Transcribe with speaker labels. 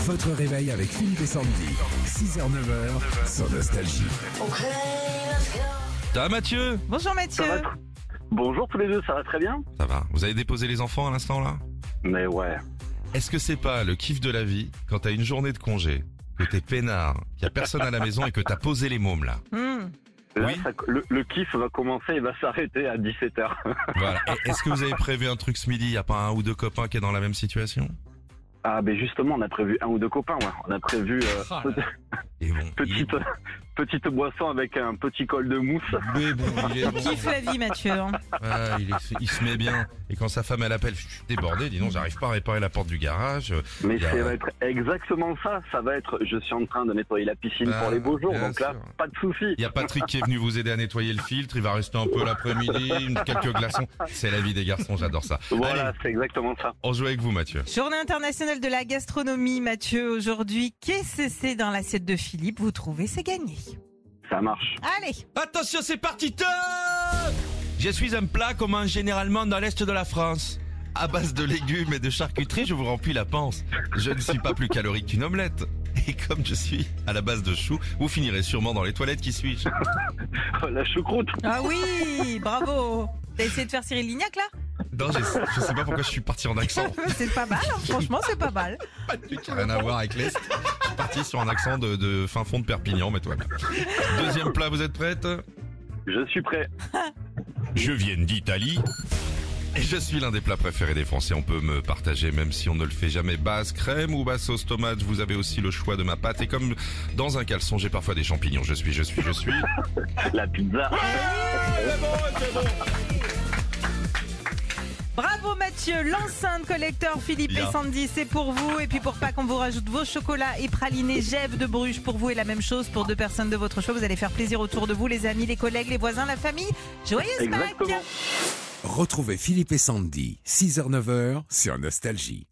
Speaker 1: Votre réveil avec Philippe et Sandy. 6h-9h sur Nostalgie.
Speaker 2: Ah Mathieu
Speaker 3: Bonjour Mathieu.
Speaker 4: Ça va tr- Bonjour tous les deux, ça va très bien
Speaker 2: Ça va, vous avez déposé les enfants à l'instant là
Speaker 4: Mais ouais.
Speaker 2: Est-ce que c'est pas le kiff de la vie quand t'as une journée de congé, que t'es peinard, qu'il y a personne à la maison et que t'as posé les mômes là
Speaker 3: Hmm.
Speaker 4: Là,
Speaker 2: Oui.
Speaker 4: ça- le, le kiff va commencer et va s'arrêter à 17h.
Speaker 2: Voilà. Et Est-ce que vous avez prévu un truc ce midi Y a pas un ou deux copains qui est dans la même situation
Speaker 4: Ah, mais justement, on a prévu un ou deux copains, ouais. On a prévu euh,
Speaker 2: Ah,
Speaker 5: Oh là là.
Speaker 2: Et bon, il est
Speaker 4: petite,
Speaker 2: bon.
Speaker 4: petite boisson avec un petit col de mousse.
Speaker 2: Oui, bon, il est bon.
Speaker 3: Kiffe la vie Mathieu. hein.
Speaker 2: Ah, il, est- il se met bien. Et quand sa femme elle appelle, je suis débordé, dis donc, j'arrive pas à réparer la porte du garage.
Speaker 4: Mais
Speaker 2: Bien.
Speaker 4: ça va être exactement ça. Ça va être, je suis en train de nettoyer la piscine
Speaker 2: Ah,
Speaker 4: pour les beaux jours,
Speaker 2: bien
Speaker 4: donc là,
Speaker 2: sûr.
Speaker 4: pas de souci.
Speaker 2: Il y a Patrick qui est venu vous aider à nettoyer le filtre, il va rester un peu l'après-midi, une- quelques glaçons. C'est la vie des garçons, j'adore ça.
Speaker 4: Voilà,
Speaker 2: Allez,
Speaker 4: c'est exactement ça.
Speaker 2: on joue avec vous Mathieu.
Speaker 3: Journée internationale de la gastronomie Mathieu. Aujourd'hui, qu'est-ce que c'est dans l'assiette de Philippe Vous trouvez, c'est gagné.
Speaker 4: Ça marche.
Speaker 3: Allez,
Speaker 2: Attention, c'est parti top Je suis un plat qu'on mange généralement dans l'Est de la France. À base de légumes et de charcuterie, je vous remplis la panse. Je ne suis pas plus calorique qu'une omelette. Et comme je suis à la base de choux, vous finirez sûrement dans les toilettes, qui suis-je
Speaker 4: La choucroute.
Speaker 3: ah oui, bravo. T'as essayé de faire Cyril Lignac là
Speaker 2: Non, je, je sais pas pourquoi je suis parti en accent.
Speaker 3: C'est pas mal, hein, franchement c'est pas mal.
Speaker 2: Pas du tout, rien à voir avec l'Est. Je suis parti sur un accent de, de fin fond de Perpignan, mais toi. bien. Deuxième plat, vous êtes prête
Speaker 4: Je suis prêt.
Speaker 2: Je viens d'Italie. Et je suis l'un des plats préférés des Français. On peut me partager, même si on ne le fait jamais. Base crème ou base sauce tomate. Vous avez aussi le choix de ma pâte. Et comme dans un caleçon, j'ai parfois des champignons. Je suis, je suis, je suis.
Speaker 4: La pizza.
Speaker 3: Bravo Mathieu, l'enceinte collecteur Philippe
Speaker 2: Bien.
Speaker 3: et Sandy, c'est pour vous. Et puis pour pas qu'on vous rajoute vos chocolats et pralinés, Jève de Bruges pour vous et la même chose pour deux personnes de votre choix. Vous allez faire plaisir autour de vous, les amis, les collègues, les voisins, la famille. Joyeuse Pâques
Speaker 4: Exactement.
Speaker 1: Retrouvez Philippe et Sandy. 6h-9h sur Nostalgie.